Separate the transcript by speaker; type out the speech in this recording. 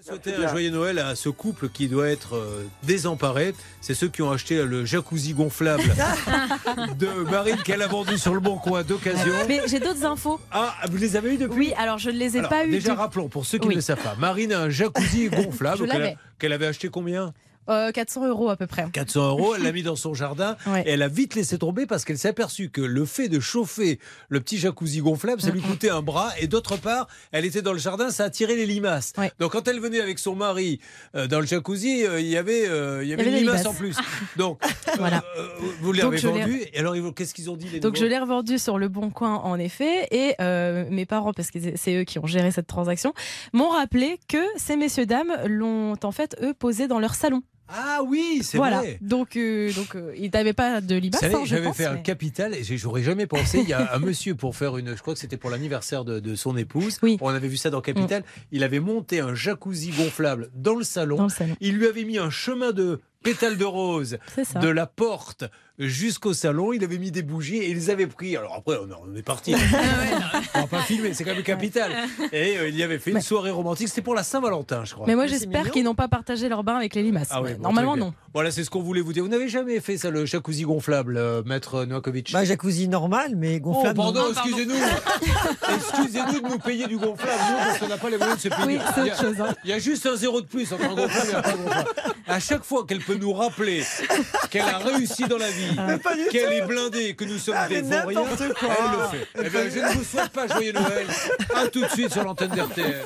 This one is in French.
Speaker 1: souhaiter un joyeux Noël à ce couple qui doit être euh, désemparé. C'est ceux qui ont acheté euh, le jacuzzi gonflable de Marine qu'elle a vendu sur le bon coin d'occasion.
Speaker 2: Mais j'ai d'autres infos.
Speaker 1: Ah, vous les avez eu depuis
Speaker 2: Oui, alors je ne les ai
Speaker 1: Alors,
Speaker 2: pas eues.
Speaker 1: Déjà,
Speaker 2: du-
Speaker 1: rappelons, pour ceux qui
Speaker 2: Oui.
Speaker 1: ne le savent pas, Marine a un jacuzzi
Speaker 2: Je
Speaker 1: gonflable qu'elle a-
Speaker 2: l'avais.
Speaker 1: qu'elle avait acheté combien
Speaker 2: Euh, 400 euros à peu près.
Speaker 1: 400 euros, elle l'a mis dans son jardin
Speaker 2: Ouais.
Speaker 1: et elle a vite laissé tomber parce qu'elle s'est aperçue que le fait de chauffer le petit jacuzzi gonflable, ça lui coûtait un bras et d'autre part, elle était dans le jardin, ça attirait les limaces.
Speaker 2: Ouais.
Speaker 1: Donc quand elle venait avec son mari euh, dans le jacuzzi, euh, il y avait, euh, il y avait
Speaker 2: avait
Speaker 1: une
Speaker 2: des
Speaker 1: limace
Speaker 2: limaces.
Speaker 1: en plus. Donc
Speaker 2: Voilà.
Speaker 1: euh, vous
Speaker 2: Donc,
Speaker 1: l'avez
Speaker 2: je l'ai-
Speaker 1: vendu et alors ils- qu'est-ce qu'ils ont dit les
Speaker 2: Donc je
Speaker 1: nouveaux
Speaker 2: l'ai revendu sur le bon coin en effet et euh, mes parents parce que c'est- c'est eux qui ont géré cette transaction m'ont rappelé que ces messieurs dames l'ont en fait eux posé dans leur salon.
Speaker 1: Ah oui, c'est
Speaker 2: Voilà.
Speaker 1: vrai.
Speaker 2: Donc euh, donc euh, ils n'avaient pas de
Speaker 1: Vous
Speaker 2: libasse
Speaker 1: savez,
Speaker 2: hein, je
Speaker 1: j'avais
Speaker 2: pense.
Speaker 1: fait un
Speaker 2: mais-
Speaker 1: capital et j'ai- j'aurais jamais pensé. Il y a un monsieur pour faire une, je crois que c'était pour l'anniversaire de, de son épouse.
Speaker 2: Oui.
Speaker 1: On avait vu ça dans Capital. Il avait monté un jacuzzi gonflable dans le salon.
Speaker 2: dans le salon.
Speaker 1: Il lui avait mis un chemin de pétales de rose
Speaker 2: C'est ça.
Speaker 1: de la porte jusqu'au salon. Il avait mis des bougies et ils avaient pris. Alors après, on, on est
Speaker 2: Ah
Speaker 1: parti. on va pas filmer, c'est quand même Capital. Et euh, il y avait fait une
Speaker 2: Ouais.
Speaker 1: soirée romantique. C'était pour la Saint-Valentin, je crois.
Speaker 2: Mais moi
Speaker 3: Mais c'est
Speaker 2: j'espère
Speaker 3: mignon.
Speaker 2: qu'ils n'ont pas partagé leur bain avec les limaces.
Speaker 1: Ah oui,
Speaker 2: Ouais,
Speaker 1: bon,
Speaker 2: Normalement
Speaker 1: très bien.
Speaker 2: non.
Speaker 1: Voilà, c'est ce qu'on voulait vous dire. Vous n'avez jamais fait ça, le jacuzzi gonflable, euh, maître Noakovic
Speaker 3: Bah, jacuzzi normal, mais
Speaker 1: Oh,
Speaker 3: gonflable. non.
Speaker 1: pardon,
Speaker 2: Ah,
Speaker 1: excusez-nous. excusez-nous de nous payer du gonflable, nous, parce qu'on n'a pas les moyens de se payer.
Speaker 2: Oui, c'est
Speaker 1: il, y a,
Speaker 2: autre chose. hein.
Speaker 1: il y a juste un zéro de plus entre un gonflable et un pas gonflable. À chaque fois qu'elle peut nous rappeler qu'elle a réussi dans la vie, qu'elle est blindée, que nous sommes
Speaker 3: Ah,
Speaker 1: des
Speaker 3: mais
Speaker 1: vauriens,
Speaker 3: n'importe quoi.
Speaker 1: ben, elle le fait. Eh bien, je ne vous souhaite pas joyeux Noël. À tout de suite sur l'antenne d'RTL.